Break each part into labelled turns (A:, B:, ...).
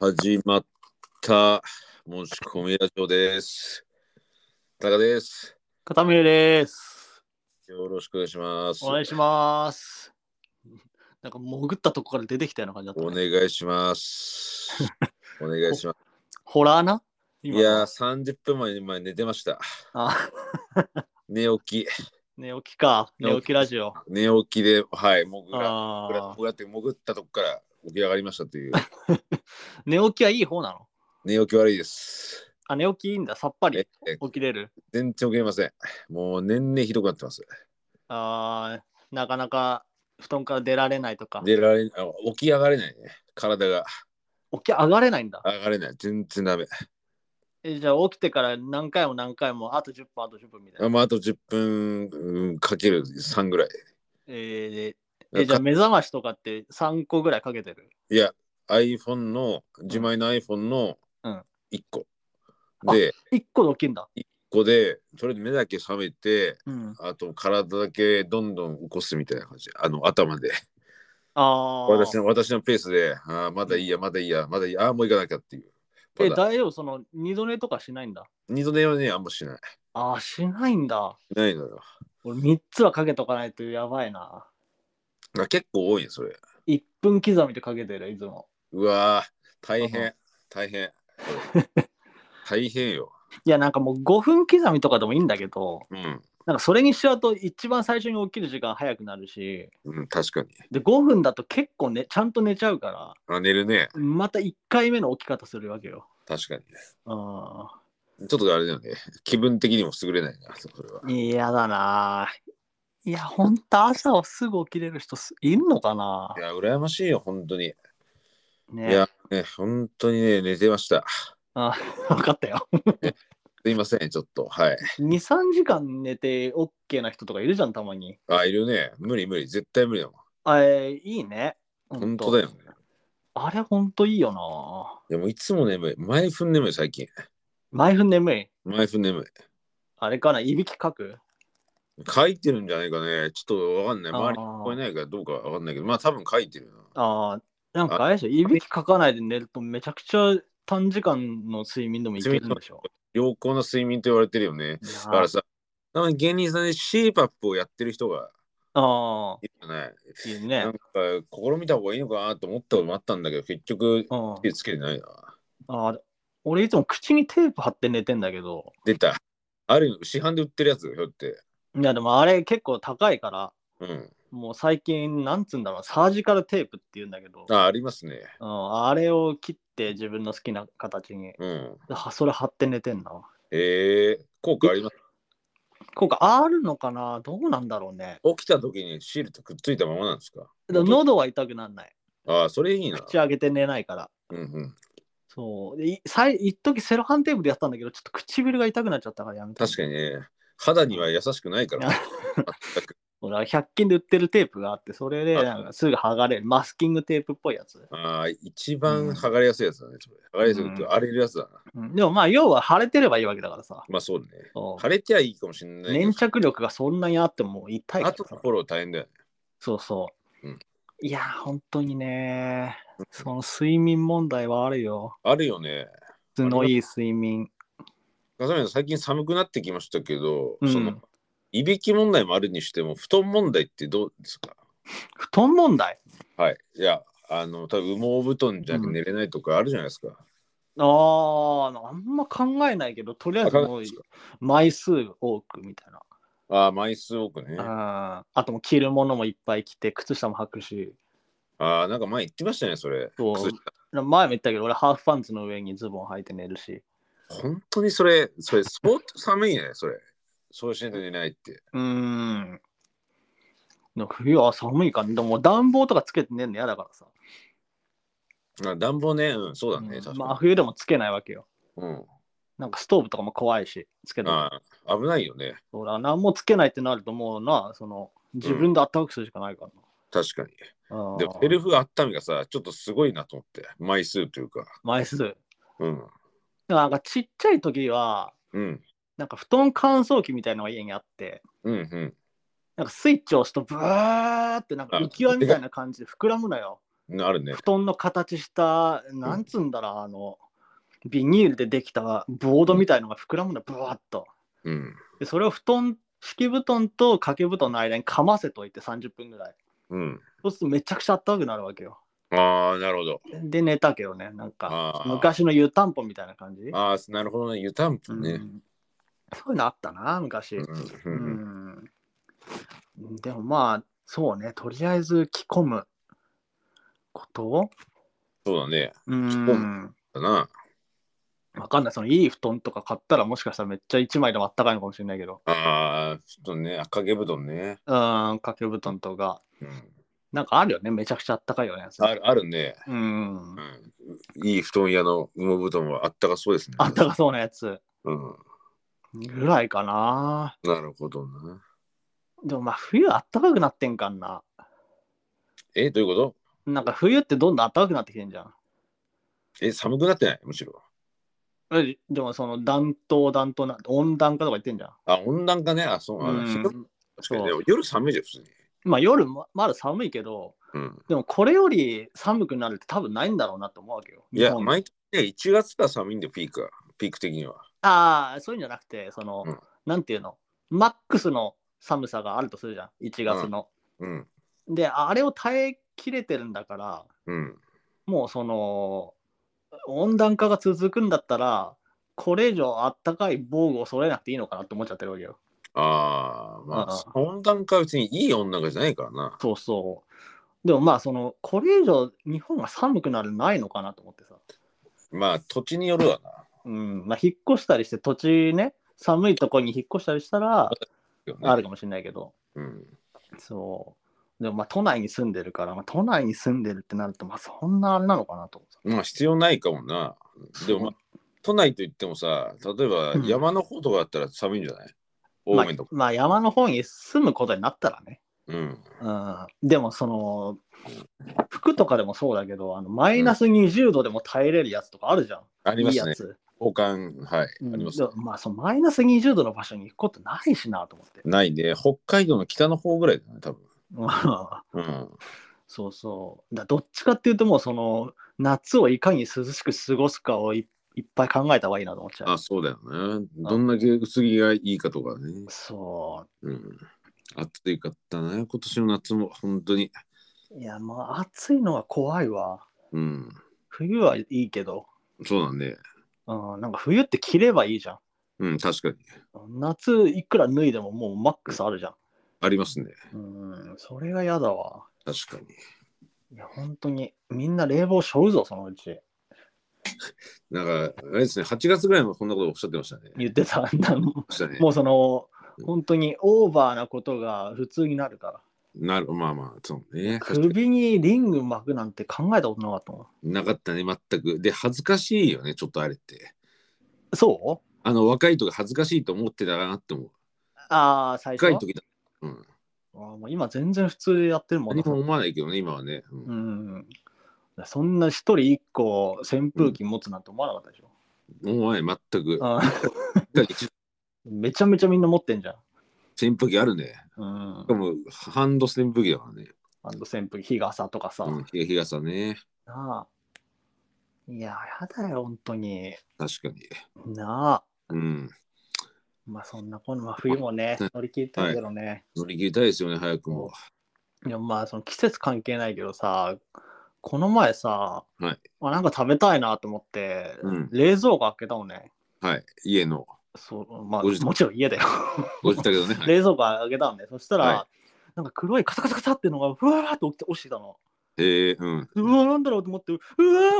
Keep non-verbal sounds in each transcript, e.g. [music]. A: 始まった申し込みラジオです。タカです。
B: 片峰です。
A: よろしくお願いします。
B: お願いします。なんか潜ったとこから出てきたような感じだった、
A: お
B: ね。
A: 願いします。 [laughs] お願いしま
B: ホラーな
A: す。い
B: 今
A: やー、30分前に前寝てました。
B: あ
A: 寝起き。
B: 寝起きか。
A: 寝起き
B: 寝起きラジオ。
A: 寝起きで、はい、潜ら、潜ら
B: あー
A: 潜らって潜ったとこから起き上がりましたという。 [laughs]
B: 寝起きはいい方なの
A: 寝起き悪いです。
B: あ、寝起きいいんだ。さっぱり
A: ええ
B: 起きれる。
A: 全然起きれません。もう年々ひどくなってます。
B: あーなかなか布団から出られないとか。起
A: 出られあ起き上がれないね。体が
B: き上がれないんだ。
A: 上がれない。全然ダメ。
B: えじゃあ起きてから何回も何回もあと10分あと10分みたい
A: あ
B: な。
A: まあ、あと10分うんかける3ぐらい。
B: えーえじゃあ目覚ましとかって3個ぐらいかけてる。
A: いや、iPhone の、自前の iPhone の
B: うん
A: 1個。
B: あ
A: で、
B: 1個で起きんだ。
A: ここで、それで目だけ覚めて、
B: うん、
A: あと体だけどんどん起こすみたいな感じ。あの、頭で。
B: ああ。
A: 私の私のペースで、あーまだいいや、まだいいや、まだいいや、あーもう行かなきゃっていう。
B: え、
A: まだ
B: 大丈夫その二度寝とかしないんだ。
A: 二度寝はね、あんましない。
B: ああ、しないんだ。
A: ないのよ。
B: 俺3つはかけとかないとやばいな。
A: あ結構多いよ、それ。
B: 1分刻みでかけてる、いつも。
A: うわー、大
B: う
A: 変
B: ん、
A: 大変。大変よ。
B: いや、なんかもう5分刻みとかでもいいんだけど、
A: うん、
B: なんかそれにしちゃうと一番最初に起きる時間早くなるし、
A: うん、確かに。
B: で、5分だと結構ね、ちゃんと寝ちゃうか
A: あ、寝るね。
B: ら、また1回目の起き方するわけよ。
A: 確かに。
B: う
A: ちょっとあれだよね。気分的にも優れないな、それは。
B: ん。嫌だな。いや、ほんと朝はすぐ起きれる人すいんのかない
A: や、羨ましいよ、本当に。
B: ね
A: い
B: [laughs]
A: やね、本当にね、寝てました。
B: あ分かったよ。
A: すいません、ちょっと。はい。
B: 23時間寝て OK な人とかいるじゃんたまに
A: あ、いるね。無理無理。絶対無理だもん。
B: あえーいいねほ
A: 本
B: んと
A: 当だよね。
B: あれほんといいよな
A: でも、いつも眠い。毎分眠い、最近。
B: 毎分眠い
A: 毎分眠い。
B: あれかないびきかく
A: 書いてるんじゃないかね。ちょっとわかんない。周り
B: あー
A: 聞こえないからどうかわかんないけど、まあ多分書いてるな。
B: あーなんかあれでしょいびきかかないで寝るとめちゃくちゃ短時間の睡眠でもいけるんでしょ
A: 良好な睡眠と言われてるよね。
B: いや
A: だからさ、たまに芸人さんで CPAP をやってる人が
B: あ
A: いるじゃない。
B: あいい
A: な
B: ね
A: んか、試みた方がいいのかなと思ったこともあったんだけど、結局、
B: うん
A: 手つけてないな。
B: あー俺いつも口にテープ貼って寝てんだけど
A: 出た。ある市販で売ってるやつ、ひょって。
B: いやでもあれ結構高いから
A: うん。
B: もう最近なんつうんだろうサージカルテープっていうんだけど
A: あ、ありますね。
B: うん、あれを切って自分の好きな形に。
A: うん。
B: はそれ貼って寝てんな。
A: えー、効果あります。
B: 効果あるのかなどうなんだろうね。
A: 起きた時にシールとくっついたままなんですか
B: だから喉は痛くならない。
A: ああ、それいいな。
B: 口開けて寝ないから。
A: うんうん。
B: そう。で、い最一時セロハンテープでやったんだけど、ちょっと唇が痛くなっちゃったからやめた。
A: 確かにね、肌には優しくない
B: [laughs]
A: から。全く
B: そうだから100均で売ってるテープがあって、それで
A: あ
B: なんかすぐ剥がれる。マスキングテープっぽいやつ。
A: ああ、一番剥がれやすいやつだね。それ剥がれやすいっていうか荒れるやつだな。
B: うん、でもまあ、要は腫れてればいいわけだからさ。
A: まあそうね。
B: そう
A: 腫れてはいいかもしれないけど。
B: 粘着力がそんなにあっても痛いから
A: あ
B: さ
A: とのフォロー大変だよね。
B: そうそう。
A: うん
B: いやー、本当にね、その睡眠問題はあるよ。
A: あるよね。
B: 質のいい睡眠。
A: 笠宮さん最近寒くなってきましたけど、
B: うん
A: そのいびき問題もあるにしても布団問題ってどうですか
B: 布団問題
A: はいいやあの多分羽毛布団じゃなく
B: うん
A: 寝れないとかあるじゃないですか、
B: あー、あんま考えないけど、とりあえずもう
A: あ考えないです
B: 枚数多くみたいな。
A: ああ枚数多くねあ
B: あーあともう着るものもいっぱい着て、靴下も履くし。
A: あなんか前言ってましたねそれ
B: そう
A: 靴下
B: 前も言ったけど、俺ハーフパンツの上にズボン履いて寝るし。
A: 本当にそれそれ相当寒いねそれそうしないと寝ないって
B: うーん。でも冬は寒いから、でももう暖房とかつけて寝るの嫌だからさ。
A: あ暖房ねうんそうだね、
B: うん
A: 確
B: まあ
A: か
B: 冬でもつけないわけよ。
A: に、うん
B: なんかストーブとかも怖いし、つけたら。
A: ああ危ないよね
B: そうだ、何もつけないってなると、もうな、その、自分であったかくするしかないから
A: 確かに
B: な。うん
A: でもセルフ温めがさちょっとすごいなと思って枚数というか
B: 枚数。で
A: うん
B: もなんかちっちゃい時は、
A: うん
B: なんか布団乾燥機みたいなのが家にあって、
A: うんうん
B: なんかスイッチを押すと、ブワーってなんか浮き輪みたいな感じで膨らむのよ。
A: あ [laughs] るね。
B: 布団の形した、なんつうんだろう、あの、ビニールでできたボードみたいのが膨らむの、ブワーっと。
A: うん。
B: で、それを布団、敷布団と掛け布団の間にかませといて30分ぐらい。
A: うん。
B: そうするとめちゃくちゃあったかくなるわけよ。
A: ああ、なるほど。
B: で、寝たけどね、なんか
A: あ、ー
B: 昔の湯たんぽみたいな感じ。
A: ああ、なるほどね。湯たんぽ
B: う
A: ね。
B: んそういうのあったな、昔。
A: う。
B: うんん。でもまあ、そうね、とりあえず着込むこと
A: そうだね。
B: うん。
A: だな。
B: わかんない、そのいい布団とか買ったらもしかしたらめっちゃ1枚でもあったかいのかもしれないけど。
A: ああ、ちょっとね、掛け布団ね。
B: うん、掛け布団とか。
A: うん。
B: なんかあるよね、めちゃくちゃあったかいよね。
A: ある、あるね。
B: うん
A: う。ん。いい布団屋の羽毛布団はあったかそうですね。
B: あったかそうなやつ
A: うん。
B: ぐらいかな。
A: なるほどな。
B: でもまあ、冬あったかくなってんかんな。
A: え、どういうこと
B: なんか冬ってどんどん暖かくなってきてんじゃん。
A: え、寒くなってないむしろ。
B: えでもその暖冬暖冬な温暖化とか言ってんじゃん。
A: あ、温暖化ね。あ、そう。あ
B: う、
A: そうん確かに。でも夜寒いじゃん、普通に。
B: まあ夜ままだ寒いけど、
A: うん。
B: でもこれより寒くなるって多分ないんだろうなと思うわけよ。
A: い
B: 日
A: や、
B: 本
A: 毎年ね、1月が寒いんで、ピークは。ピーク的には。
B: ああ、そういうんじゃなくて、その、
A: うん
B: なんていうの、マックスの寒さがあるとするじゃん、1月の。
A: うん。
B: で、あれを耐えきれてるんだから、
A: うん。
B: もうその、温暖化が続くんだったら、これ以上あったかい防具を揃えなくていいのかなって思っちゃってるわけよ。
A: ああ、ま
B: あ
A: あ、温暖化は別にいい温暖化じゃないからな。
B: そうそう。でもまあ、その、これ以上日本が寒くなるのないのかなと思ってさ。
A: まあ、土地によるわな。
B: うん、まあ、引っ越したりして、土地ね、寒いとこに引っ越したりしたら、あるかもしれないけど、
A: うん。
B: そう。でもまあ都内に住んでるから、まあ、都内に住んでるってなると、まあそんなあれなのかなと思って
A: まあ、必要ないかもな。でも、まあ、都内といってもさ、例えば
B: うん
A: 山の方とかだったら寒いんじゃない
B: ま
A: 青
B: あ
A: 梅とか。、
B: まあ山の方に住むことになったらね。
A: うん。
B: うん、でもその、服とかでもそうだけど、あのマイナス20度でも耐えれるやつとかあるじゃん。
A: あり
B: い
A: ま
B: い
A: す
B: や
A: ね。
B: つ。
A: 交換、はい。
B: うん
A: あります
B: でもまあそのマイナス20度の場所に行くことないしなと思って。
A: ないね。北海道の北の方ぐらいだね、多分。うん。
B: そうそう。だどっちかっていうと、もうその夏をいかに涼しく過ごすかをいいっぱい考えた方がいいなと思っちゃう
A: あ、。そうだよね。どんだけ薄着がいいかとかね。
B: そう
A: うん。暑いかったね。今年の夏も本当に。
B: いや、まあ、暑いのは怖いわ。
A: うん。
B: 冬はいいけど、
A: そうだね。
B: うん、なんか冬って着ればいいじゃん。
A: うん、確かに。
B: 夏いくら脱いでももうマックスあるじゃん。
A: ありますね。
B: うん、それが嫌だわ。
A: 確かに。
B: いや、本当に、みんな冷房しょうぞ、そのうち。
A: なんか、あれですね、8月ぐらいもこんなことおっしゃってましたね。
B: 言ってた。 [laughs] なんも
A: ましたね
B: もうその
A: う、ん
B: 本当にオーバーなことが普通になるから。
A: なる、まあまあ、そうね。
B: 首にリング巻くなんて考えたことなかったも
A: なかったね、全く。で、恥ずかしいよね、ちょっとあれって。
B: ん。そう
A: あの、若い時恥ずかしいと思ってたなって思う。
B: ああ、最初
A: 若い時だ。うん。
B: あーもう今全然普通でやってるもん
A: 何
B: な
A: も思わないけどね、今はね。うん
B: うん。そんな一人一個扇風機持つなんて思わなかったでしょ。
A: 思わない、全く。
B: あー
A: 一
B: めちゃめちゃみんな持ってんじゃん。
A: 扇風機あるね。
B: うん
A: しか。も、ハンド扇風機だからね。
B: あの扇風機、日傘とかさ。
A: うん、日傘ね。
B: なあ。いや、やだよ、本当に。
A: 確かに。
B: なあ。
A: うん。
B: まあそんなこの、まあ、冬もね、乗り切りたいけどね。
A: 乗り切りたいですよね、早くも。
B: でもまあその季節関係ないけどさ、この前さ、
A: はい
B: まあ、なんか食べたいなと思って、
A: うん
B: 冷蔵庫開けたのね。
A: はい。家の。
B: そうまあ、
A: ご自宅
B: もちろん家だよ。
A: ご自宅のね。はい
B: [laughs] 冷蔵庫開けたんで、そしたら、
A: は
B: なんか黒いカサカサカサっていうのが、ふわーって落ちて落ちてきたの。
A: えー、うん。
B: うわー、なんだろうと思って、うわ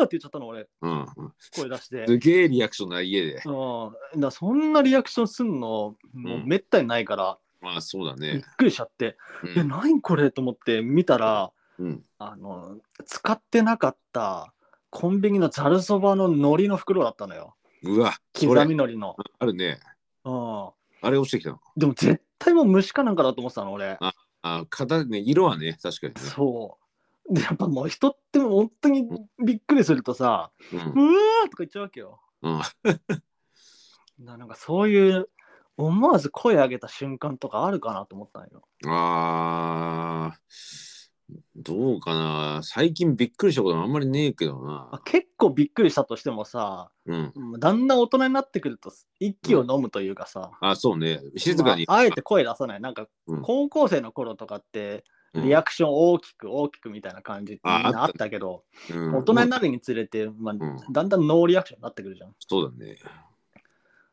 B: ーって言っちゃったの、俺、
A: うん。
B: 声出して。う
A: す
B: ん、
A: げえリアクションない家で。
B: だからそんなリアクションすんの、もうめったにないから、
A: まあ、そうだ
B: びっ
A: ね。
B: くりしちゃって、
A: う
B: え、
A: ん。
B: 何これと思って見たら、
A: うん、
B: あの、使ってなかったコンビニのざるそばの海苔の袋だったのよ。
A: うわ、
B: 刻
A: それ
B: み海苔の。
A: あるね。
B: うん。
A: あれ落ちてきたの。
B: でも絶対もう虫かなんかだと思ってたの、俺。
A: あ、型ね、色はね、確かにね。
B: そう。で、やっぱもう人ってもう本当にびっくりするとさ、う
A: う
B: わーとか言っちゃうわけよ。
A: ん。うん、
B: [laughs] ななんかそういう思わず声上げた瞬間とかあるかなと思ったんよ。
A: あーどうかな最近びっくりしたこともあんまりねえけど
B: まあ
A: な。
B: 結構びっくりしたとしてもさ、
A: うん。
B: だんだん大人になってくると息を飲むというかさ、
A: あ、そうね。静かに。
B: まあ、あえて声出さない。なんか
A: うん
B: 高校生の頃とかって、
A: うん
B: リアクション大きく大きくみたいな感じってみんなあったけど、
A: うん
B: 大人になるにつれて、まあ
A: ん
B: だんだんノーリアクションになってくるじゃん。
A: そうだね。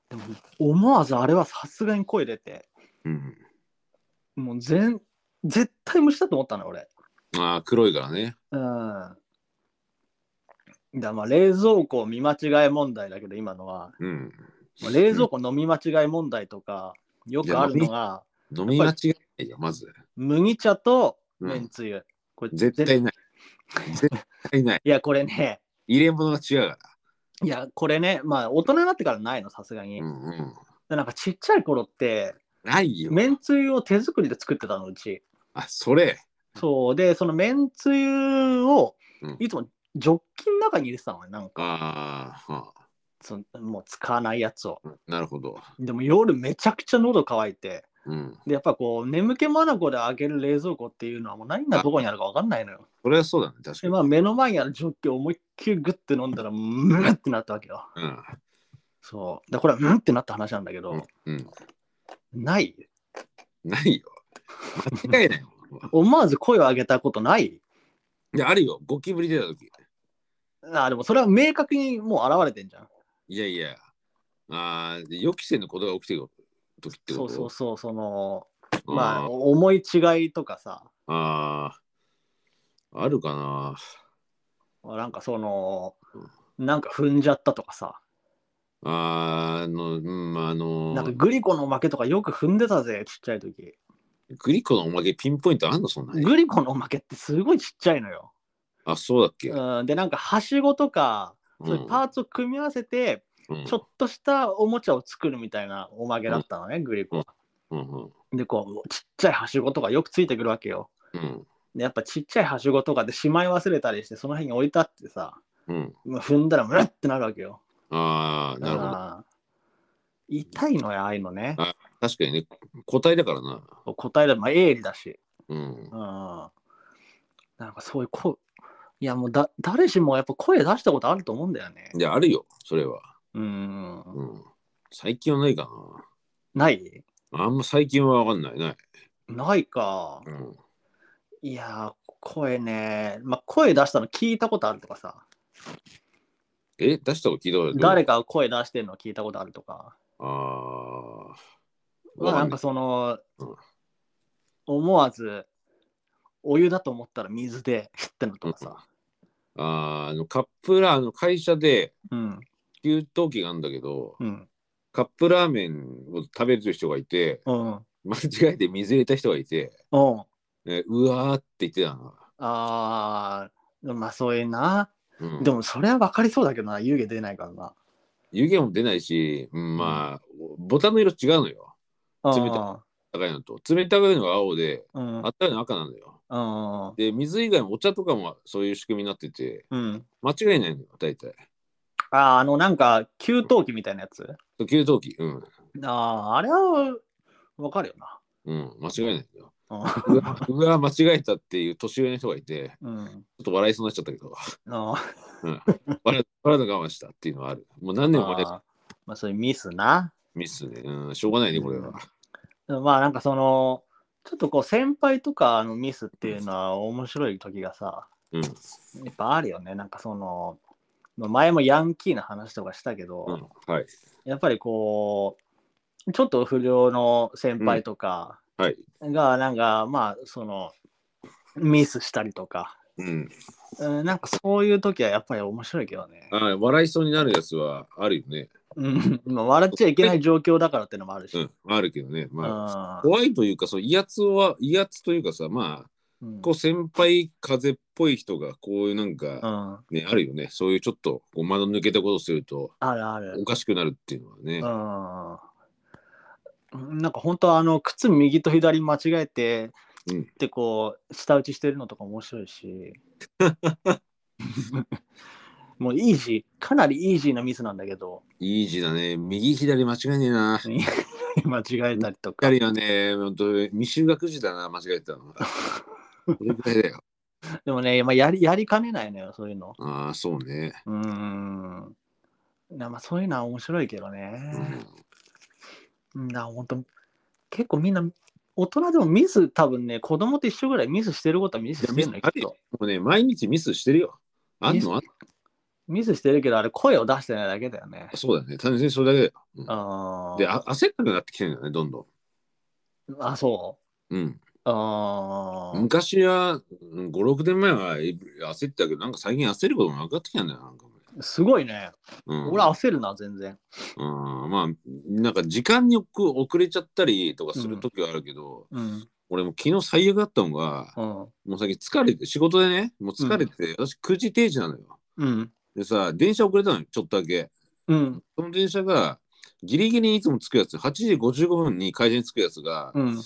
B: でも思わずあれはさすがに声出て、
A: うん。
B: もう全絶対無視だと思ったの俺。
A: あー黒いからね。
B: うん。だからまあ冷蔵庫見間違え問題だけど今のは、
A: うん。
B: まあ冷蔵庫飲み間違え問題とか、よくあるのが
A: 飲み間違いないよ、まず。
B: 麦茶と
A: うん
B: めんつゆ。これ
A: 絶対ない。絶対ない。
B: いやこれね
A: 入れ物が違うから。
B: いやこれねまあ大人になってからないのさすがに、
A: うんうん。
B: でなんかちっちゃい頃って
A: ないよ。
B: めんつゆを手作りで作ってたのうち
A: あ、それ。
B: そうでそのめんつゆを
A: うん
B: いつもジョッキの中に入れてたのねなんか
A: ああ、は
B: そのもう使わないやつを
A: あなるほど。
B: でも夜めちゃくちゃ喉乾いて
A: うん。
B: でやっぱこう眠気まなこで開ける冷蔵庫っていうのはもう何がどこにあるか分かんないのよ
A: それはそうだね、確か
B: で
A: に。
B: まあ目の前にあるジョッキを思いっきりグッて飲んだらムーってなったわけよ
A: うん
B: そうだからこれはムーってなった話なんだけど、
A: うん。うん。
B: ない
A: ないよ。間違いない
B: [laughs]
A: よ。
B: 思わず声を上げたことない
A: いや、あるよ。ゴキブリ出た時。
B: あでもそれは明確にもう現れてんじゃん。
A: いやいや。ああ、で予期せぬことが起きてる時って
B: そ
A: こ
B: う
A: と
B: そうそう、その、
A: あー
B: まあ、思い違いとかさ、
A: あー。あるかな。
B: なんかその、なんか踏んじゃったとかさ、
A: あーあの、うん、あの
B: なんかグリコの負けとかよく踏んでたぜ、ちっちゃい時。
A: グリコのおまけピンポイントあんのそんなに。
B: グリコの負けってすごいちっちゃいのよ。
A: あ、そうだっけ、
B: うん、で、なんかはしごとか、そういうパ
A: ー
B: ーツを組み合わせて、ちょっとしたおもちゃを作るみたいなおまけだったのね、グリコは。
A: うんうん
B: で、こう、ちっちゃいはしごとかよくついてくるわけよ。
A: うん
B: でやっぱちっちゃいはしごとかでしまい忘れたりしてその辺に置いたってさ
A: うん。
B: まあ踏んだらムラってなるわけよ。
A: ああ、なるほど。
B: あー痛いのよああいうのね。
A: 確かにね、個体だからな。
B: 答えだまあ鋭利だし。
A: うん
B: う。ん。なんかそういう声いやもうだ誰しもやっぱ声出したことあると思うんだよね。
A: いや、あるよ、それは。
B: うん。
A: うん。最近はないか
B: ない
A: な。あんま最近はわかんない。ない。
B: ないか。
A: うん。
B: いやー声ね。まあ声出したの聞いたことあるとかさ。
A: え、出したこと聞いたことある
B: 誰かが声出してるの聞いたことあるとか。
A: ああ。
B: まあ、なんか
A: わ
B: その、
A: うん
B: 思わずお湯だと思ったら水で知ってのとかさ、
A: あーあの、カップラーの会社で
B: うん
A: 給湯器があるんだけど、
B: うん
A: カップラーメンを食べる人がいて、
B: うん
A: 間違えて水入れた人がいて、
B: うん
A: えうわーって言ってたな。
B: あーまあそういうな、
A: うん、
B: で
A: で
B: もそれは分かりそうだけどな湯気出ないからな
A: 湯気も出ないし、うん、まあ、ボタンの色違うのよ。冷た高いのと。冷たいのが青で、
B: うんうん
A: あったかいの赤なんだよ。
B: うん
A: で、水以外もお茶とかもそういう仕組みになってて、
B: うん
A: 間違いないのよ、大体。
B: あーあのなんか給湯器みたいなやつ、
A: 給湯器、うん。
B: あああれは分かるよな
A: うん、間違いないのよ。
B: う
A: うわ、うわ間違えたっていう年上の人がいて、
B: ん、うん、
A: ちょっと笑いそうになっちゃったけど、 [laughs]
B: あー
A: 笑笑うの我慢したっていうのはある。もう何年も前
B: あーまあそういうミスな
A: ミスね。うん、しょうがないね、これは。
B: まあなんかそのちょっとこう先輩とかのミスっていうのは面白い時がさ
A: うん、
B: やっぱあるよねなんかそのまあ前もヤンキーの話とかしたけど、
A: うん、はい。
B: やっぱりこうちょっと不良の先輩とか
A: うんはい
B: がなんか、まあそのミスしたりとか、
A: うん。
B: うん、なんかそういう時はやっぱり面白いけどね、
A: あ笑いそうになるやつはあるよね。
B: うん、今笑っちゃいけない状況だからってのもあるし、
A: うん、あるけどね。まあ、
B: あ
A: 怖いというか、そう威圧は、威圧というかさ、まあ、
B: うん
A: こう先輩風っぽい人が、こういうなん
B: う
A: か、
B: ん、
A: ね、あるよね。そういうちょっと、こう間の抜けたことをすると、
B: あるある
A: おかしくなるっていうのはね。
B: うんなんか本当はあの靴右と左間違えて、
A: うん
B: ってこう下打ちしてるのとか面白い
A: [laughs]
B: しもうイージーかなりイージーなミスなんだけど [laughs]
A: いい字だね。右左間違いねえな。
B: 間違えたりとか [laughs]
A: 二人はね、本当に未就学児だな、間違えてたの。それぐらいだよ。
B: でもね、まあ、やりやりかねないのよ、そういうの。
A: ああ、そうね。
B: うーん。なまあ、そういうのは面白いけどね。な本当結構みんな、大人でもミス、多分ね、子供と一緒ぐらいミスしてることはミスしてるのよ、
A: いや
B: き
A: ミ
B: っ
A: ス
B: と。
A: もうね、毎日ミスしてるよ。あんのあん
B: ミスしてるけど、あれ、声を出してないだけだよね。
A: そうだね。単純にそれだけだよ。うん
B: あー
A: で、あ焦らなくなってきてるんだよね、どんど
B: あ、そ
A: ん。うん。
B: う。あー
A: 昔は、うん5、6年前はい焦ってたけど、なんか最近焦ることもなくなってきたんだよ、なんか。
B: すごいね。
A: うん、
B: 俺、焦るな、全然。
A: うん、まあ、なんか時間に遅遅れちゃったりとかする時はあるけど、
B: うん。
A: 俺もう昨日最悪だったのが、
B: うん。
A: もう先疲れて、仕事でね、もう疲れて、私9時定時なのよ。
B: うん。
A: でさ、電車遅れたのよ、ちょっとだけ。
B: うん。
A: その電車が、ギリギリいつも着くやつ、8時55分に会社に着くやつが、
B: うん。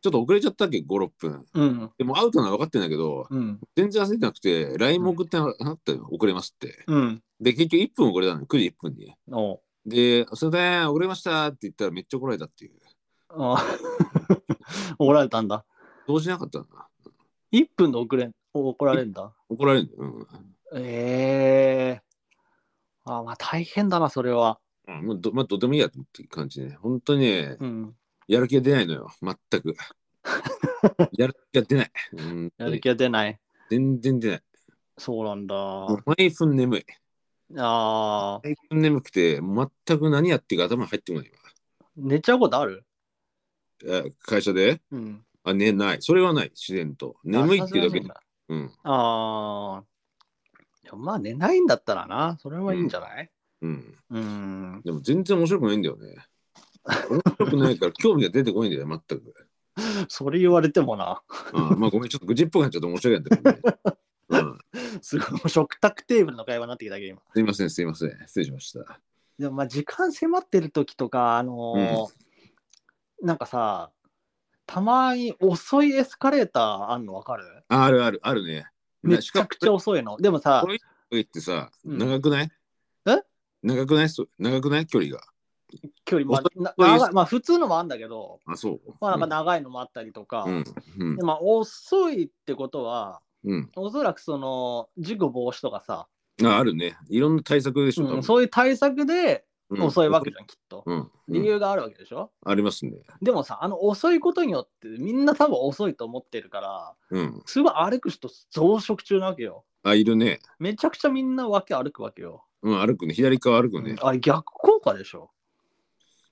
A: ちょっと遅れちゃったっけ、5、6分。
B: うん。
A: でもアウトなの分かってんだけど、
B: うん。
A: 全然焦ってなくて、LINE も送ってなかったよ、遅れますって。
B: うん。
A: で、結局1分遅れたのよ、9時1分に。
B: おう
A: で、それで、遅れましたって言ったらめっちゃ怒られたっていう。
B: あー [laughs] 怒られたんだ。
A: 動じなかったな。
B: 1分で遅れん怒られるんだ。
A: 怒られるんだよ。
B: ええあーまあ大変だな、それは。
A: うん。うん、もうどまあ、どうでもいいやって感じね。本当にね、
B: うん。
A: やる気が出ないのよ、全
B: [laughs]
A: く。やる気が出ない。うん
B: やる気が出ない。
A: 全然出ない。
B: そうなんだ。
A: もう毎分眠い。
B: ああ、
A: 毎分眠くて、全く何やっていいか頭に入ってこないわ。
B: 寝ちゃうことある
A: え会社で
B: うん。
A: あ、寝ない。それはない、自然と。眠いっていうだけで。
B: あ
A: うん。
B: あー。いやまあ寝ないんだったらな、それはいいんじゃない
A: うん。
B: うん。
A: でも全然面白くないんだよね。面白くないから [laughs] 興味が出てこないんだよ、全く。
B: それ言われてもな、 [laughs]
A: あまあごめん、ちょっと愚痴っぽくなっちゃって面白いんだけどね。うん、
B: すごい食卓テーブルの会話になってきたけど今。
A: すいません、すいません。失礼しました。
B: でもまあ時間迫ってる時とか、あのーなんかさ、たまに遅いエスカレーターあんのわかる
A: ああるある、あるね。
B: め
A: な
B: ちゃくちゃ遅いの。でもさ
A: こ、れ言ってさ、
B: うん
A: 長くない、
B: え
A: 長くないそ長くない距離が。
B: 距離、まあ
A: 遅
B: な
A: そういう
B: 長いまあ普通のもあんだけど、
A: あ、そう。
B: まあなんか長いのもあったりとか、
A: うん。うん
B: で。まあ遅いってことは、
A: うん。
B: おそらくその事故防止とかさ、
A: ああるね。いろんな対策でしょ、
B: うん
A: 多分
B: そういう対策で
A: うん
B: 遅いわけじゃん、きっと。
A: うん。う
B: 理
A: ん。
B: 由があるわけでしょ、
A: ありますね。
B: でもさ、あの遅いことによってみんな多分遅いと思ってるから、
A: うん。
B: すごい歩く人増殖中なわけよ。
A: あ、いるね。
B: めちゃくちゃみんなわけ歩くわけよ。
A: うん、歩くね。左側歩く
B: う
A: ね
B: ん。あれ逆効果でしょ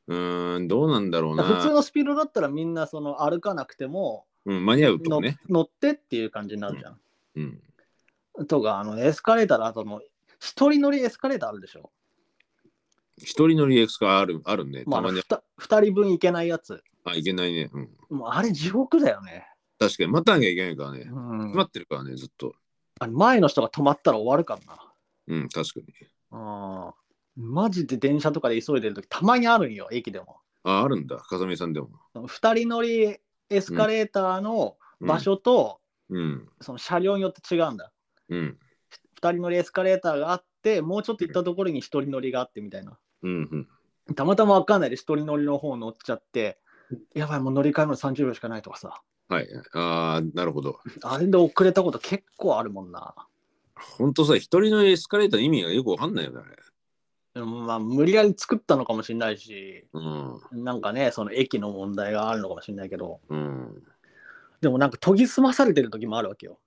A: うーん、どうなんだろうな。
B: 普通のスピードだったらみんなその歩かなくても
A: うん、間に合うと
B: の、
A: こね。
B: 乗ってっていう感じになるじゃん。
A: うん。
B: とかあのエスカレーターだとの一人乗りエスカレーターあるでしょ、
A: 一人乗りエクスカある、あるね。
B: まあ、
A: た
B: あの
A: まに
B: ふた二人分行けないやつ。
A: あ、いけないね。うん。
B: もうあれ地獄だよね。
A: 確かに、待たなきゃいけないからね。
B: うん
A: 待ってるからね、ずっと。
B: あれ前の人が止まったら終わるからな。
A: うん、確かに。
B: あマジで電車とかで急いでるときたまにあるんよ、駅でも。
A: あ、あるんだ。風見さんでも。
B: 二人乗りエスカレーターの
A: うん
B: 場。所と、
A: うん。
B: その車両によって違うんだ。
A: うん。
B: 二人乗りエスカレーターがあって、もうちょっと行ったところに一人乗りがあってみたいな。
A: うん。うん。
B: たまたまわかんないで一人乗りの方乗っちゃって、やばい、もう乗り換えまで30秒しかないとかさ。
A: はい。ああ、なるほど。
B: あれで遅れたこと結構あるもんな。
A: ほんとさ、一人乗りエスカレーターの意味がよくわかんないよね、あれ。
B: でもまあ、無理やり作ったのかもしれないし、
A: うん。
B: なんかね、その駅の問題があるのかもしれないけど、
A: うん。
B: でもなんか研ぎ澄まされてる時もあるわけよ。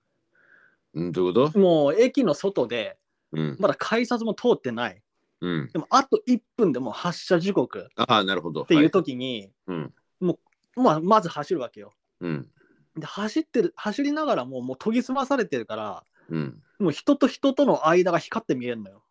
A: うん、どういうこと
B: もう駅の外で、
A: うん。
B: まだ改札も通ってない。
A: うん。
B: でもあと1分でもう発車時刻っ
A: ああ、なるほど。
B: ていう
A: はい
B: 時に、
A: うん。
B: まあ、まず走るわけよ。
A: うん。
B: で、走ってる、走りながらもうもう研ぎ澄まされてるから、
A: うん。
B: もう人と人との間が光って見えるのよ。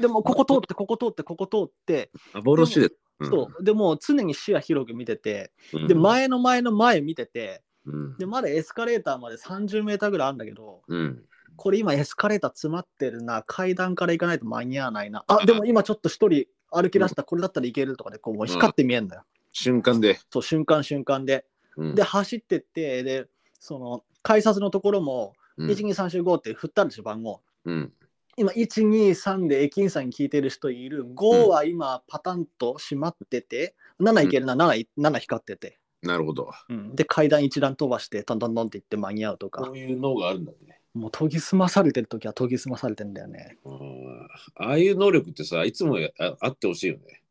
B: でもうここ通って、ここ通って、ここ通って、
A: あ、ボロシで。
B: そう。でもう常に視野広く見てて、
A: うん。
B: で、前の前の前見てて、
A: うん。
B: で、まだエスカレーターまで30メーターぐらいあるんだけど、
A: うん。
B: これ今エスカレーター詰まってるな、階段から行かないと間に合わないな。あ、でも今ちょっと一人歩き出した、これだったらいけるとかで、こうもう光って見えるのよ。
A: 瞬間で。
B: そう、瞬間瞬間で。
A: うん
B: で、、走ってって、で、その、改札のところも、
A: うん
B: 12345って振ったんでしょ、番号。
A: うん。
B: 今、123で駅員さんに聞いてる人いる。5は今、パタンと閉まってて、7いけるな、7、7光ってて。
A: なるほど。
B: うん、で階段一段飛ばしてトントントンって行って間に合うとか
A: こういうのがあるんだね。
B: もう研ぎ澄まされてる時は研ぎ澄まされてんだよね
A: うんああいう能力ってさ、いつもやああってほしいよね。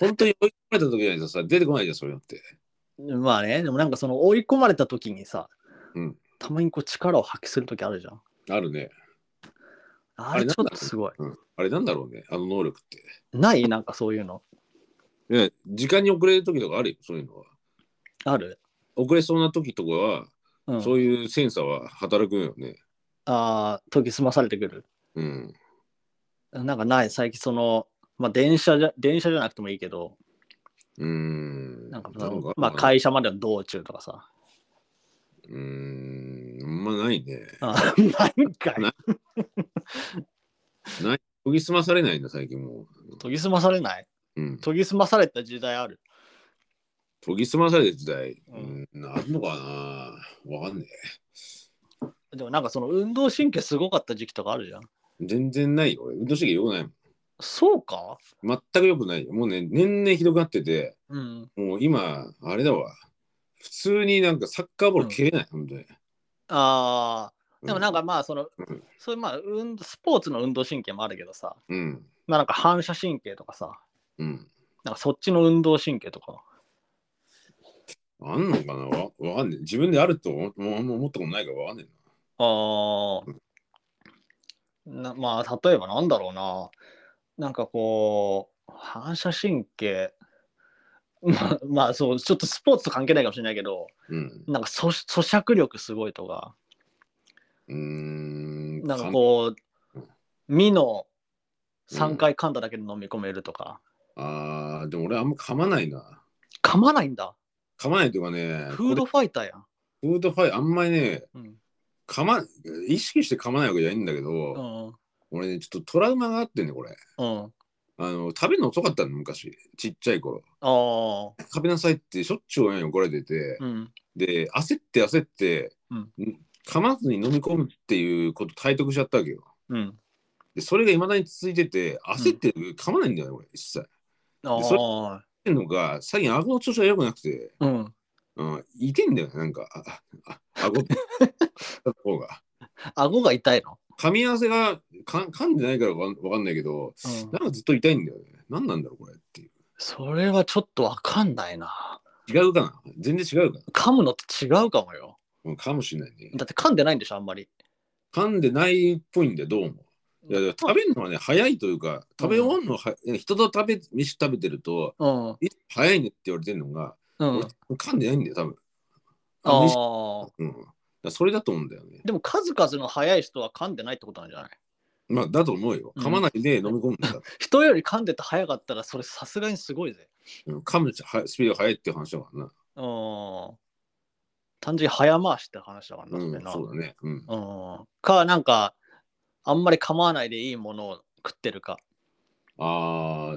A: 本当に追い込まれた時じゃないとさ、出てこないじゃん、そういうのって。
B: まあねでもなんかその追い込まれた時にさ、
A: うん
B: たまにこう力を発揮する時あるじゃん
A: あるね。
B: あ
A: あれ
B: れち
A: な
B: ょ
A: ん
B: っ
A: だ
B: とすごい
A: うん、あれなんだろうね、あの能力って。
B: ないなんかそういうの
A: いや時間に遅れる時とかあるよ、そういうのは。
B: ある、
A: 遅れそうな時とかは、
B: うん、
A: そういうセンサーは働くよね。
B: ああ研ぎ澄まされてくる
A: うん。
B: なんかない最近そのまあ電車じゃ電車じゃなくてもいいけど
A: うーん。
B: なんかそ
A: ある
B: の
A: の
B: まあ会社までの道中とかさ
A: うーん、あんまないね。
B: あーないんかい
A: な研ぎ澄まされないんだ、最近も。
B: 研ぎ澄まされないう
A: うん。
B: 研ぎ澄まされた時代ある
A: 研ぎ澄まされた時代、
B: う
A: うん、あるのかなわかんね
B: でもなんかその運動神経すごかった時期とかあるじゃん
A: え。全然ないよ。俺運動神経良くないもん。
B: そうか
A: 全く良くないよ。もうね、年々ひどくなってて、
B: うん
A: もう今、あれだわ。普通になんかサッカーボール蹴れない、本当に。
B: ああでもなんか、まあその、
A: うん
B: そういうまあ運スポーツの運動神経もあるけどさ
A: うん。
B: まあなんか反射神経とかさ
A: うん。
B: なんかそっちの運動神経とか
A: あんのかなわわかんない。自分であると思もうもう思ったことないからわかんない
B: ああ、なまあ例えばなんだろうななんかこう反射神経まあまあそうちょっとスポーツと関係ないかもしれないけど
A: な。うん。
B: なんかそ咀嚼力すごいとか
A: うーん。
B: なんかこう
A: うん
B: 身の3回噛んだだけで飲み込めるとか、
A: あーでも俺あんま噛まないな。
B: 噛まないんだ
A: 噛まないというかね、
B: フード
A: こ
B: ファイターやん、
A: れフードファイあんまりね、
B: うん
A: 噛ま、意識して噛まないわけじゃないんだけど、
B: うん
A: 俺ね、ちょっとトラウマがあってね、これ。
B: うん、
A: あの、食べるの遅かったの、昔。ちっちゃい頃。
B: ああ
A: 食べなさいってしょっちゅう親に怒られてて、
B: うん
A: で、焦って焦って、
B: うん
A: 噛まずに飲み込むっていうこと体得しちゃったわけよ。
B: うん
A: で、それがいまだに続いてて、焦って噛まないんだよね、俺、一切。っそれ
B: ああ
A: てのが、最近顎の調子が良くなくて、
B: うん
A: うん、いてんだよね、なんか、あ、あ、あ顎の方が。
B: 顎が痛いの、
A: 噛み合わせがかん噛んでないからわかんわかんないけど、
B: うん
A: なんかずっと痛いんだよね。何なんだろう、これっていう。
B: それはちょっとわかんないな。
A: 違うかな全然違うかな、
B: 噛むのと違うかもよ。
A: うん、かもしれないね。
B: だって噛んでないんでしょ、あんまり。
A: 噛んでないっぽいんだよ、どうも。いや、だから食べるのはね、早いというか、食べ終わるのは、人と食べ、飯食べてると、
B: うん。
A: い早いねって言われてるのが、
B: うん。
A: 俺噛んでないんだよ、多分。
B: ああ
A: あ飯
B: ー。
A: うん。だからそれだと思うんだよね。
B: でも数々の速い人は噛んでないってことなんじゃない
A: まあ、だと思うよ。噛まないで飲み込むんだ。
B: 人より噛んでて速かったら、それさすがにすごいぜ。
A: [laughs] うん、噛むはスピードが速いっていう話だからな。
B: うん。単純に早回しって話だからな、それ
A: うん、
B: な。
A: そうだね。うん。
B: うん。か、なんか、あんまり噛まないでいいものを食ってるか。
A: ああ、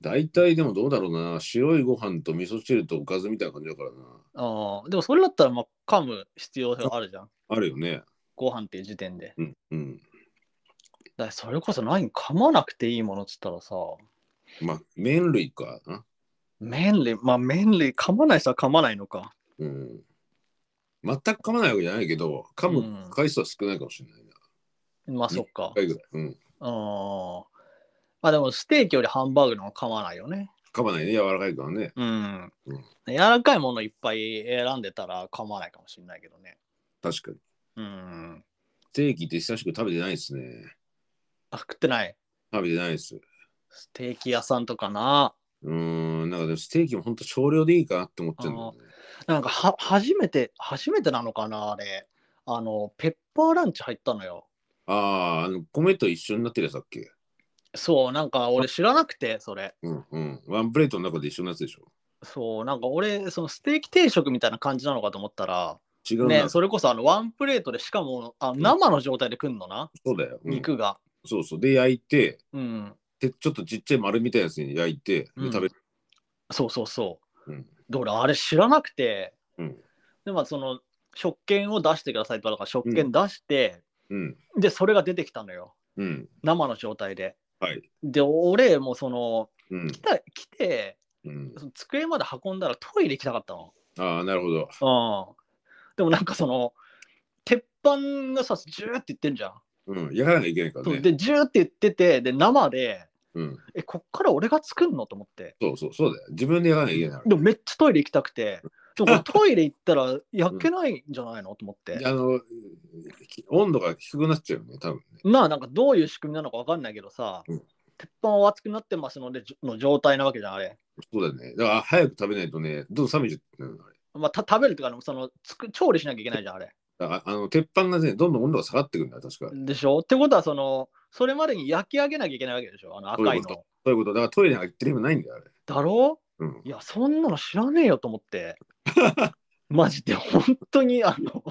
A: 大体でもどうだろうな。白いご飯と味噌汁とおかずみたいな感じだからな。
B: うん。でもそれだったら、まあ、噛む必要性あるじゃん。
A: あるよね。
B: ご飯っていう時点で。
A: うん。うん、
B: だからそれこそ何噛まなくていいものっつったらさ
A: まあ、麺類かな。
B: 麺類まあ麺類噛まない人は噛まないのか
A: うん。全く噛まないわけじゃないけど、噛
B: うん
A: む回数は少ないかもしれないな。
B: まあそっか
A: 一回ぐらい。うん。
B: うんまあでもステーキよりハンバーグの方が噛まないよね
A: 噛まないね。柔らかいからね。
B: うん、
A: うん
B: 柔らかいものいっぱい選んでたら噛まないかもしれないけどね
A: 確かに。
B: うん
A: ステーキって久しく食べてないですね。
B: あ食ってない
A: 食べてないです。
B: ステーキ屋さんとかな
A: うーん。なんかでもステーキも本当少量でいいかなって思ってるんだよね。
B: なんかは初めて初めてなのかなあれあのペッパーランチ入ったのよ
A: ああ、あの、米と一緒になってるやつだっけ
B: そうなんか俺知らなくてそれ
A: うんうん。ワンプレートの中で一緒のやつでしょ
B: そうなんか俺そのステーキ定食みたいな感じなのかと思ったら、
A: 違うな、
B: ね
A: そ
B: それこそあのワンプレートでしかもあ生の状態で食んのな、
A: うだよ、うん
B: 肉が
A: そうそう。で、焼いて、
B: うん
A: でちょっとちっちゃい丸みたいなやつに焼いて、で
B: うん
A: 食べる。
B: そうそうそう、
A: うん
B: で俺あれ知らなくて、
A: うん
B: でまあその食券を出してくださいって言われたから食券出して、
A: うん。
B: でそれが出てきたのよ
A: うん。
B: 生の状態で
A: はい。
B: で俺もうその
A: うん。
B: 来た来て
A: うん
B: その机まで運んだらトイレ行きたかったの。
A: ああ、なるほど。
B: うん。でもなんかその、鉄板がさ、ジューって言ってんじゃん。
A: うん。やらなきゃいけないから
B: そう
A: ね。
B: で、ジューって言ってて、で、生で、
A: うん。
B: え、こっから俺が作るのと思って。
A: そうそう、そうだよ。自分でやらなきゃいけないか
B: でもめっちゃトイレ行きたくて、でもこれトイレ行ったら焼けないんじゃないのと思って。
A: ら。あの、き温度が低くなっちゃうよね、多分ね。
B: まあなんかどういう仕組みなのかわかんないけどさ、
A: うん
B: 鉄板は熱くなってますのでじょの状態なわけじゃんあれ、
A: そうだよね。だから早く食べないとね、どんどん冷めちゃってるのよあれ
B: まあ、た食べるっていうかそのつく調理しなきゃいけないじゃんあれ
A: だからあの鉄板がね、どんどん温度が下がってくるんだよ、確か。
B: でしょってことはそのそれまでに焼き上げなきゃいけないわけでしょあの赤い
A: そういう
B: の
A: そういうこと。だからトイレが行ってる意味ないんだよ、あれ。
B: だろ
A: うん
B: い。やそんなの知らねえよと思って
A: [laughs]
B: マジで本当にあの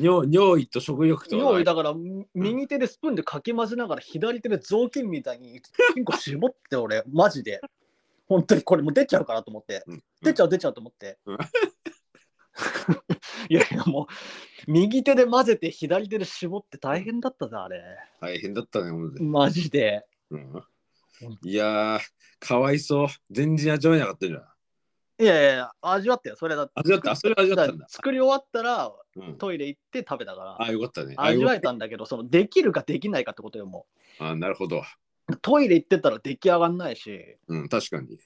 A: 尿尿意と食欲と。
B: 用意だから右手でスプーンでかき混ぜながら左手で雑巾みたいに金庫絞って俺マジで本当にこれもう出ちゃうからと思って
A: うんうん
B: 出ちゃう出ちゃうと思って
A: うん
B: [laughs] いやいやもう右手で混ぜて左手で絞って大変だったなあれ
A: 大変だったね、ほんとに
B: マジで
A: うんいやー、かわいそう。全然味わえなかったじゃん。
B: いやいやいや味わったよそれだって
A: 味わった、あそれ味わったんだ。
B: 作り終わったら
A: うん、
B: トイレ行って食べたか
A: あ、よかったね。
B: ら
A: あ
B: 味わ
A: よ
B: えたんだけどそのできるかできないかってことよも
A: あ、なるほど。
B: うトイレ行ってたら出来上がんないし
A: うん、確かに。
B: うん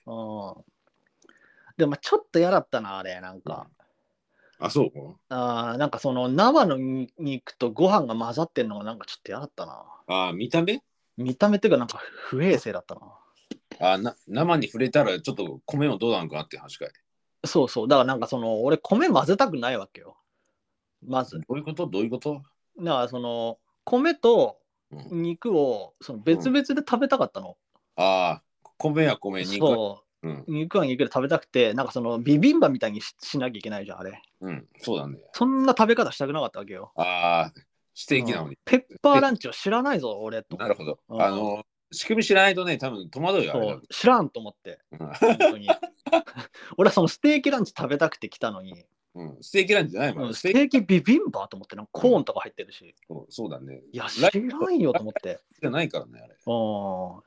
B: でもちょっと嫌だったなあれなんか、
A: あ、そう
B: あーなんかその生のに肉とご飯が混ざってんのがなんかちょっと嫌だったな
A: あ、見た目
B: 見た目っていうかなんか不衛生だったな
A: あな、生に触れたらちょっと米もどうなのかなって話かい。
B: そうそうだからなんかその俺米混ぜたくないわけよまず
A: どういうことどういうこと
B: だからその米と
A: うん
B: 肉をその別々で食べたかったの、
A: あー、米は米、肉は。
B: そ
A: うん、
B: う肉は肉で食べたくてなんかそのビビンバみたいにししなきゃいけないじゃんあれ
A: うん、そうだね。
B: そんな食べ方したくなかったわけよ
A: あー、ステーキなのに。
B: ペッパーランチを知らないぞ俺と
A: なるほど。
B: うん
A: あの、仕組み知らないとね、多分戸惑うよ。あれ
B: そう知らんと思って本当に [laughs] 俺はそのステーキランチ食べたくて来たのに、
A: うん、ステーキなんじゃないも。
B: うんん
A: ス
B: ス
A: テ
B: テ
A: ーキ
B: ーキビビンバと思ってなんかコーンとか入ってるし、
A: そうそうだね。
B: いや知
A: ライ
B: らんよと思って
A: じゃないからね、あれ。
B: うん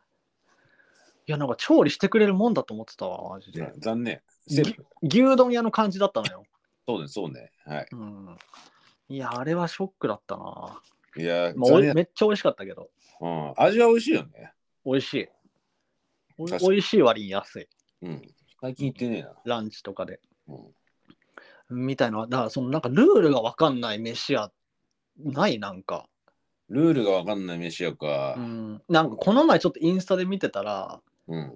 B: いやなんか調理してくれるもんだと思ってたわマジで
A: うん残念。
B: ぎ牛丼屋の感じだったのよ、
A: そうね、そうね。はい。
B: うん、いやあれはショックだったな、
A: いや、
B: まあ
A: 残
B: おい
A: 念
B: めっちゃ美味しかったけど
A: うん、味は美味しいよね。
B: 美味しいおい
A: 確かに
B: 美味しい割に安い
A: うん。最近行ってねえな。
B: ランチとかで
A: うん、
B: みたいなだからそのなんかルールが分かんない飯屋ないなんか
A: ルールがわかんない飯屋か
B: う。んなんかこの前ちょっとインスタで見てたら
A: うん。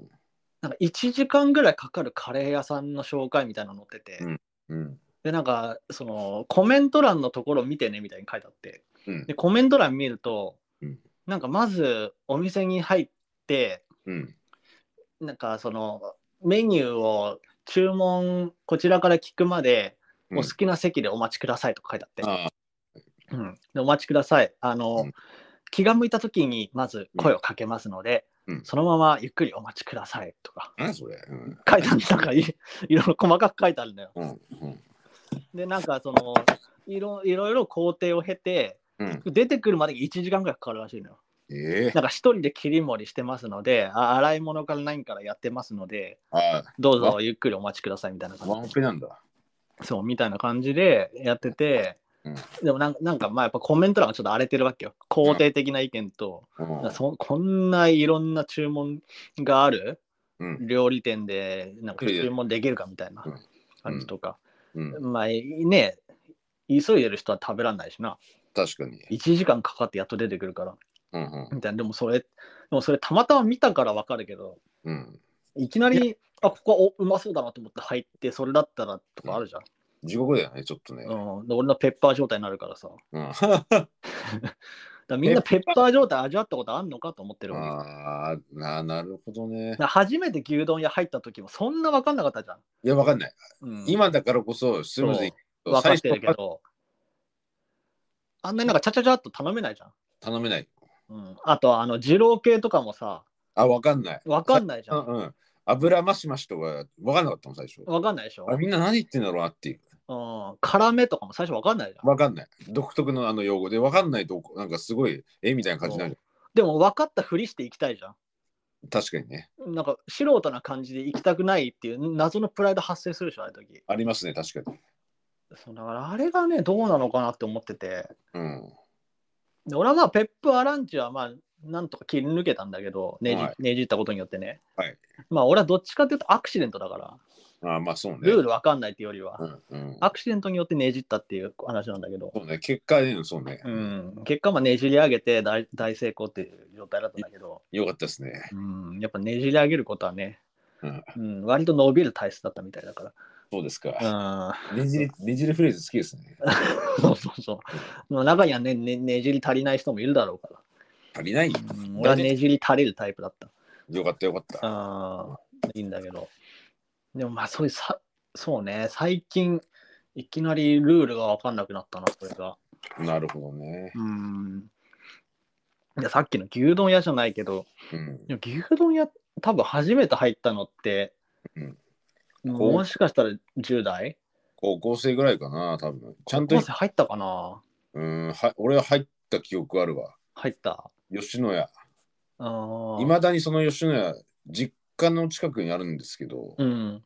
B: なんか1時間ぐらいかかるカレー屋さんの紹介みたいなの載ってて、
A: んうん。
B: でなんかそのコメント欄のところ見てねみたいに書いてあって
A: うん
B: で。コメント欄見ると、
A: うん
B: なんかまずお店に入って
A: うん。
B: なんかそのメニューを注文こちらから聞くまで
A: うん
B: お好きな席でお待ちくださいとか書いてあって、
A: ああ、
B: うんでお待ちくださいあの、
A: うん
B: 気が向いた時にまず声をかけますので、
A: うん
B: そのままゆっくりお待ちくださいとか
A: 何それ。うん。
B: 書いてあるなんかい [laughs] いろいろ細かく書いてあるんだよ。
A: うん。うん。
B: でなんかそのいろいろいろ工程を経て
A: うん、
B: 出てくるまでに1時間ぐらいかかるらしいのよ。
A: ええ
B: なんか一人で切り盛りしてますのであ洗い物から何からやってますので
A: あ
B: どうぞゆっくりお待ちくださいみたいな
A: あ、ワ
B: 感
A: ンオ
B: じ
A: ペなんだ。
B: そうみたいな感じでやってて、
A: うん
B: でもなんなんかまあやっぱコメント欄がちょっと荒れてるわけよ肯定的な意見と。
A: うん
B: だからそこんないろんな注文がある
A: うん。
B: 料理店でなんか
A: いやいや
B: 注文できるかみたいな
A: うん
B: 感じとか、
A: うん。
B: まあね急いでる人は食べられないしな
A: 確かに。
B: 1時間かかってやっと出てくるから
A: うん。うん
B: みたいなでもそれでもそれたまたま見たからわかるけど
A: うん。
B: いきなりあここおうまそうだなと思って入ってそれだったらとかあるじゃん、
A: 地獄だよね、ちょっとね。
B: うんで俺のペッパー状態になるからさだか
A: うん。 [laughs]
B: らみんなペッパー状態味わったことあんのかと思ってるわけ
A: ああ、ななるほどね
B: だか。ら初めて牛丼屋入った時もそんな分かんなかったじゃん、
A: いや、わかんない。
B: うん
A: 今だからこそスムーズに。
B: 分か
A: 最
B: っ
A: 初
B: てるけど、あんなになんかちゃちゃちゃっと頼めないじゃん。
A: 頼めない。
B: うん、あと、あの、二郎系とかもさ、
A: あ、わかんない。
B: 分かんないじゃ
A: うん
B: ん。
A: うん。油マシマシとか分かんなかったもん、最初。
B: 分かんないでしょ
A: あ。みんな何言ってんだろうなっていう。
B: うん、辛めとかも最初分かんないじゃん。
A: 分かんない。独特のあの用語で分かんないと、なんかすごい、えみたいな感じになる。
B: でも分かったふりしていきたいじゃん。
A: 確かにね。
B: なんか素人な感じで行きたくないっていう謎のプライド発生するでしょ、あの時。
A: ありますね、確かに。
B: そうだからあれがね、どうなのかなって思ってて。
A: うん。
B: で俺はまあ、ペップ・アランチはまあ、なんとか切り抜けたんだけど、ねじ,、
A: はい
B: ねじったことによってね。
A: はい
B: まあ、俺はどっちかっていうとアクシデントだから、
A: ああ、まあそうね。
B: ルールわかんないっていうよりは、
A: うんうん。
B: アクシデントによってねじったっていう話なんだけど、
A: そうね、結果ね、そうね。
B: うん、結果まあねじり上げて大大成功っていう状態だったんだけど、
A: よかったですね。
B: うん、やっぱねじり上げることはね、
A: うん、
B: うん、割と伸びる体質だったみたいだか
A: そうですか。
B: ら。
A: ねじり、ねじりフレーズ好きですね。
B: うん、 [laughs] そうそうそう。まあ中にはねねねじり足りない人もいるだろうか
A: 足りない。
B: ら。うん、俺はねじり足れるタイプだった。
A: よかった、よかった。
B: ああ、いいんだけど。でもまあ、そういうさ、そうね、最近、いきなりルールが分かんなくなったな、これが。
A: なるほどね。
B: うん。いや、さっきの牛丼屋じゃないけど、
A: うん。
B: でも牛丼屋、多分初めて入ったのって、
A: うん
B: もしかしたら10代
A: 高校生ぐらいかな、多分。ちゃんと
B: 高校、生入ったかな
A: うん、は俺は入った記憶あるわ。
B: 入った。
A: 吉野家。
B: ああ
A: いまだにその吉野家、実家の近くにあるんですけど、
B: うん。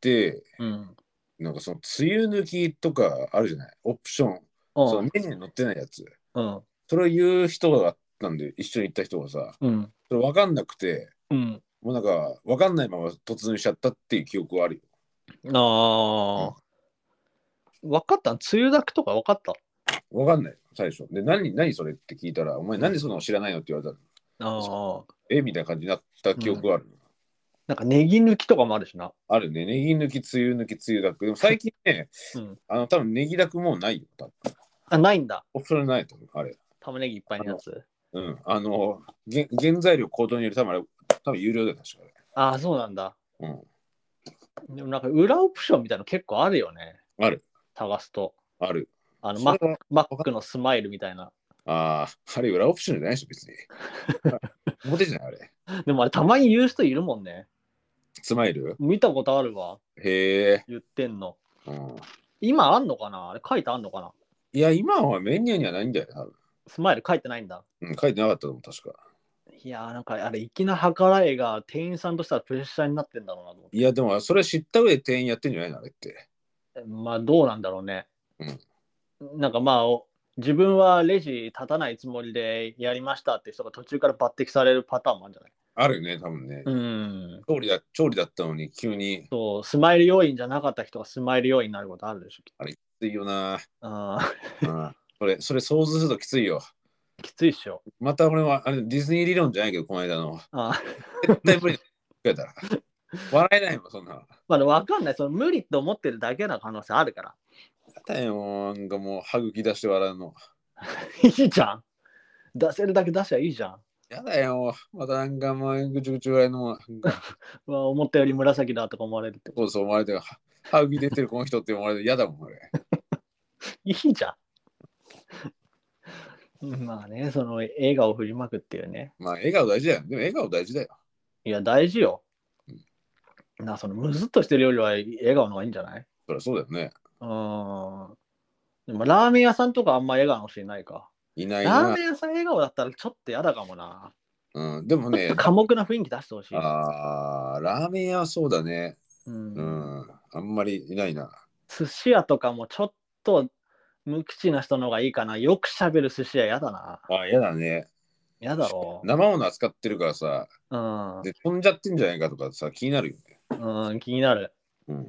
A: で、
B: うん。
A: なんかその、梅雨抜きとかあるじゃないオプション。
B: うん
A: そのメニューに載ってないやつ。
B: うん。
A: それを言う人があったんで、一緒に行った人がさ、
B: うん。
A: それ分かんなくて、
B: うん。
A: もうなんか、分かんないまま突入しちゃったっていう記憶はあるよ。
B: ああ。分かった梅雨だくとか分かった
A: 分かんない、最初。で、何、何それって聞いたら、お前、なんでそんなの知らないのって言われたら、
B: ああ。
A: えみたいな感じになった記憶はある。
B: なんかネギ抜きとかもあるしな。
A: あるね、ネギ抜き、梅雨抜き、梅雨だく。でも最近ね、
B: うん
A: あの、多分ネギだくもうないよ、多分。
B: あ、ないんだ。
A: オプションないと思う、あれ。
B: 玉ねぎいっぱいのやつ。
A: うん、あの、げ原材料高騰により、多分あれ、多分有料だよ、確か
B: ああ、そうなんだ。
A: あれ。うん、
B: でもなんか裏オプションみたいなの結構あるよね。
A: ある。
B: 探すと。
A: ある。
B: あの
A: そ
B: マッ
A: れは
B: マックのスマイルみたいな。
A: ああ、あれ裏オプションじゃないでしょ、別
B: [laughs]
A: に。表じゃない、あれ。
B: でもあれたまに言う人いるもんね。
A: スマイル
B: 見たことあるわ。
A: へえ、
B: 言ってんの。
A: うん。
B: 今あんのかなあれ書いてあんのかない
A: や、今はメニューにはないんだよ、多分。
B: スマイル書いてないんだ。
A: うん、書いてなかったと思う、確か。
B: いやーなんかあれ、粋な計らいが店員さんとしたらプレッシャーになってんだろうなと思って。
A: いや、でも、それ知った上で店員やってんじゃないの、あれって。
B: まあどうなんだろうね。なんかまあお自分はレジ立たないつもりでやりましたって人が途中から抜擢されるパターンもあるんじゃない
A: あるよね、多分ね。
B: うん。
A: 調理だ調理だったのに、急に、
B: そう、スマイル要員じゃなかった人がスマイル要員になることあるでしょ。
A: きついよな。
B: あー
A: うん、それ、それ想像するときついよ。
B: きついっしょ。
A: また俺は、あれ、ディズニー理論じゃないけど、この間の。
B: あー
A: 絶対
B: [laughs]
A: 無理だ。聞かれたら笑えないもん、そんな。
B: まあでも分かんない。その無理と思ってるだけな可能性あるから。
A: やだよ、もうなんかもう、歯茎出して笑うの。
B: いいじゃん。出せるだけ出しゃいいじゃん。
A: やだよ、またなんかもう、ぐちゅぐちゅぐらいのもう、なんか
B: うわ思ったより紫だとか思われるって。
A: そうそう思われてる、は歯茎出てるこの人って思われて、やだもん、俺。
B: いいじゃん。うんまあね、その笑顔を振りまくっていうね。
A: まあ、笑顔大事だよ。でも、笑顔大事だよ。
B: いや、大事よ。な、そのむずっとしてるよりは笑顔の方がいいんじゃない
A: そりゃそうだよね。
B: うん。でもラーメン屋さんとかあんま笑顔の人いないか。
A: いない
B: ラー
A: な
B: メ。ン屋さん笑顔だったらちょっと嫌だかもな。
A: うん、でもね、
B: 寡黙な雰囲気出してほしい。
A: あーラーメン屋はそうだね。
B: う、
A: うんん、あんまりいないな。
B: 寿司屋とかもちょっと無口な人の方がいいかな。よくしゃべる寿司屋嫌だな。
A: あ、やだね。
B: 嫌だろ
A: 生物扱ってるからさ、
B: う。
A: で飛んじゃってんじゃないかとかさ、気になるよね。
B: うん、うん、気になる。
A: うん。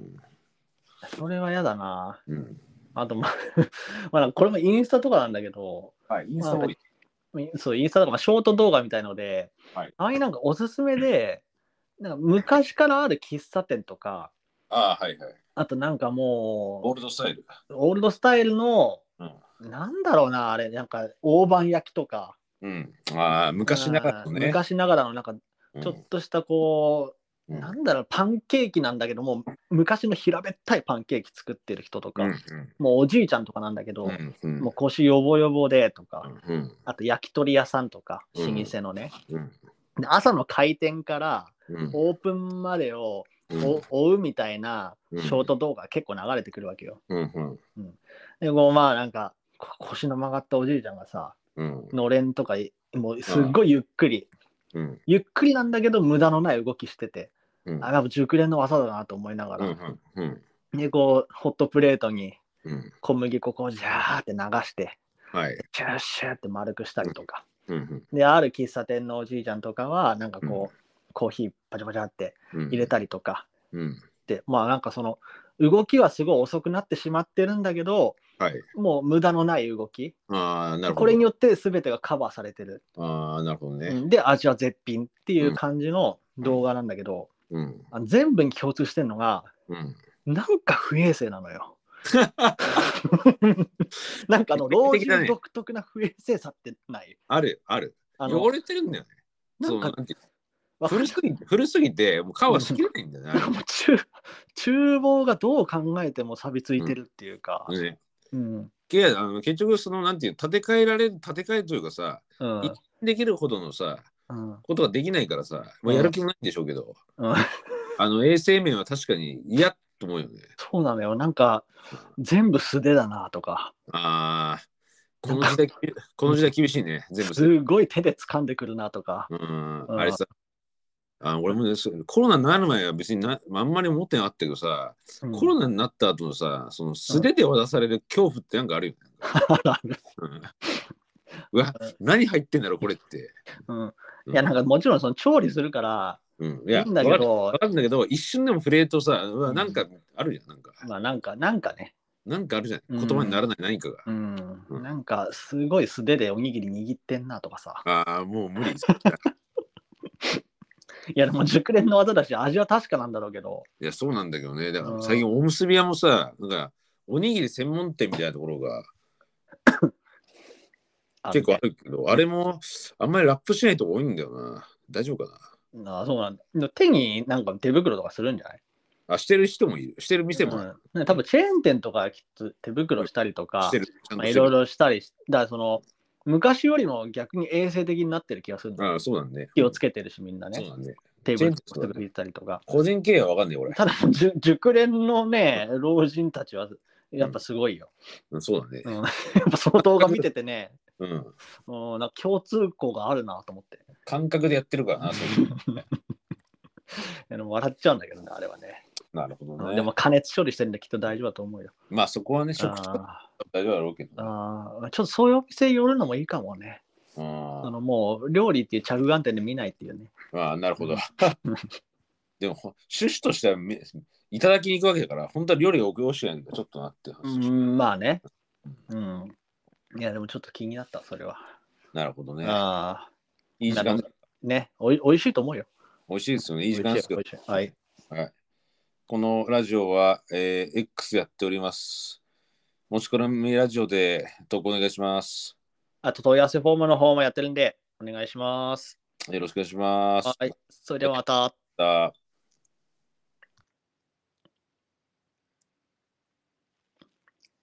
B: それは嫌だな。
A: うん。
B: あと、まあ、 [laughs] まあなんかこれもインスタとかなんだけど、
A: はい、イン
B: スタ多い。そう、インスタとか、まあ、ショート動画みたいので、
A: はい
B: ああいうなんかおすすめで、なんか昔からある喫茶店とか、
A: ああ、はいはい。
B: あとなんか
A: ゴー
B: も
A: ルドスタイル。
B: う、オールドスタイルの、
A: うん
B: なんだろうな、あれ、なんか大判焼きとか、
A: うん。ああ、昔ながらの
B: うん
A: ね。
B: 昔ながらのなんか
A: うん
B: ちょっとしたこう、
A: うん
B: なんだろうパンケーキなんだけども昔の平べったいパンケーキ作ってる人とか、
A: うん
B: もうおじいちゃんとかなんだけど、
A: うんうん
B: もう腰よぼよぼでとか、
A: うん
B: あと焼き鳥屋さんとか
A: う
B: 老
A: ん
B: 舗のね、
A: うん
B: で朝の開店から
A: うん
B: オープンまでを
A: うん
B: お追うみたいな
A: う
B: シ
A: ん
B: ョート動画が結構流れてくるわけよ。
A: うんうん
B: でこうまあなんかこ腰の曲がったおじいちゃんがさ
A: うん
B: のれんとかいもうすっごいゆっくり
A: うん
B: ゆっくりなんだけど無駄のない動きして
A: う
B: て、
A: ん
B: あ、やっぱ熟練の技だなと思いなが
A: う
B: ら、
A: んうん
B: で、こう、ホットプレートに
A: うん
B: 小麦粉こう、ジャーって流して、
A: はい
B: シューシューって丸くしたりとか、
A: うん
B: で、ある喫茶店のおじいちゃんとかは、なんかこう、コーヒーパチパチって
A: うん
B: 入れたりとか、
A: うん
B: で、まあなんかその、動きはすごい遅くなってしまってるんだけど、
A: はい
B: もう無駄のない動き、
A: ああなるほど
B: これによって全てがカバーされてる。
A: ああなるほどね
B: うんで、味は絶品っていう感じの動画なんだけど、
A: うん
B: あの全部に共通してるのが、
A: うん
B: なんか不衛生な
A: [laughs]
B: のよ。なんかあの老人独特な不衛生さってない。
A: あるある
B: あの
A: 汚れてるんだよね
B: な
A: そ
B: ん
A: う
B: か
A: なんていう
B: わ
A: 古
B: [laughs]
A: すぎ古すぎてもうカバーしきれないんだよね
B: なんかもう厨厨房がどう考えても錆びついてるっていうか。
A: あれね
B: うん
A: いやあの結局そのなんていう建て替えられる建て替えというかさ
B: うん
A: いできるほどのさ
B: うん
A: ことができないからさ、まあ、やる気もないんでしょうけど、
B: うん
A: あの衛生面は確かに嫌と思うよね。
B: そうなのよ。なんか全部素手だなとか。
A: ああ、この時代、この時代厳しいね、全部さ。
B: すごい手で掴んでくるなとか。
A: うん、あれさ、あ俺もね、そうコロナになる前は別にな、あんまり思ってなかったけどさ、
B: うん
A: コロナになった後のさ、その素手で渡される恐怖ってなんかあるよね。
B: [laughs] あるある
A: うん、うわ、何入ってんだろ、これって。
B: うん
A: うん
B: いやなんかもちろんその調理するから
A: うん、い
B: いい
A: や、
B: んだけ
A: わかる
B: ど
A: わ、かるんだけど、一瞬でもプレートさ、うわ、
B: うん
A: なんかあるじゃん、なんか。
B: まあなんかなんかね、
A: なんかあるじゃん。
B: うん
A: 言葉にならない何かが。
B: うん、
A: うん
B: なんかすごい素手でおにぎり握ってんなとかさ。
A: ああ、もう無理。
B: いやでも熟練の技だし味は確かなんだろうけど、
A: いや、そうなんだけどね。だか
B: うん
A: ら最近おむすび屋もさ、なんか、おにぎり専門店みたいなところが
B: あ
A: 結構あるけど、あれもあんまりラップしないとこ多いんだよな。大丈夫か
B: あそうなんだ手になんか手袋とかするんじゃない
A: な。あ、してる人もいる。してる店もある
B: うん、多分チェーン店とかはきっと手袋したりと
A: し
B: か
A: て、る。ちゃん
B: ま
A: と
B: あ、
A: し
B: い
A: て
B: ろい
A: る。
B: ろしたりしだからその昔よりも逆に衛生的になってる気がするんだよ
A: ああ、そうなんね。
B: 気をつけてるしみんな
A: そう
B: ね
A: なんね。
B: テーブルと
A: チェーン店そうだね
B: か拭いたりとか
A: 個人経営はわかんねえ、俺。
B: ただじゅ熟練のね老人たちはやっぱすごいよ、
A: うんそうだね
B: う。んやっぱその動画見ててね、 [laughs]
A: うん。
B: うん、なんか共通項があるなと思って
A: 感覚でやってるからな、そう
B: [laughs]
A: いうのね
B: あの笑っちゃうんだけどねあれはね
A: なるほど
B: うん
A: ね。
B: でも加熱処理してるんできっと大丈夫だと思うよ
A: まあそこはね、食事とか
B: あ
A: 大丈夫だろうけ
B: ー
A: どね。
B: あーちょっとそういうお店寄るのもいいかもねあ
A: あ
B: のもう料理っていう着眼点で見ないっていうね
A: ああ、なるほど
B: うん。
A: [laughs] でも、ほ趣旨としてはめいただきに行くわけだから、本当は料理を送りしないんだ、ちょっとなって話。
B: うんまあねうんいやでもちょっと気になったそれは、
A: なるほどね。
B: ああ
A: いい時
B: な
A: 間
B: るほ、ねおいおいしいと思うよ
A: 美味しいですよね。いい時間ですけど
B: 美、味しい美味しいはい
A: このラジオは、えー X やっております。もしくはみラジオで投稿お願いします。
B: あと問い合わせフォームの方もやってるんで、お願いします。
A: よろしくお願いします。
B: はい。それではまた。
A: また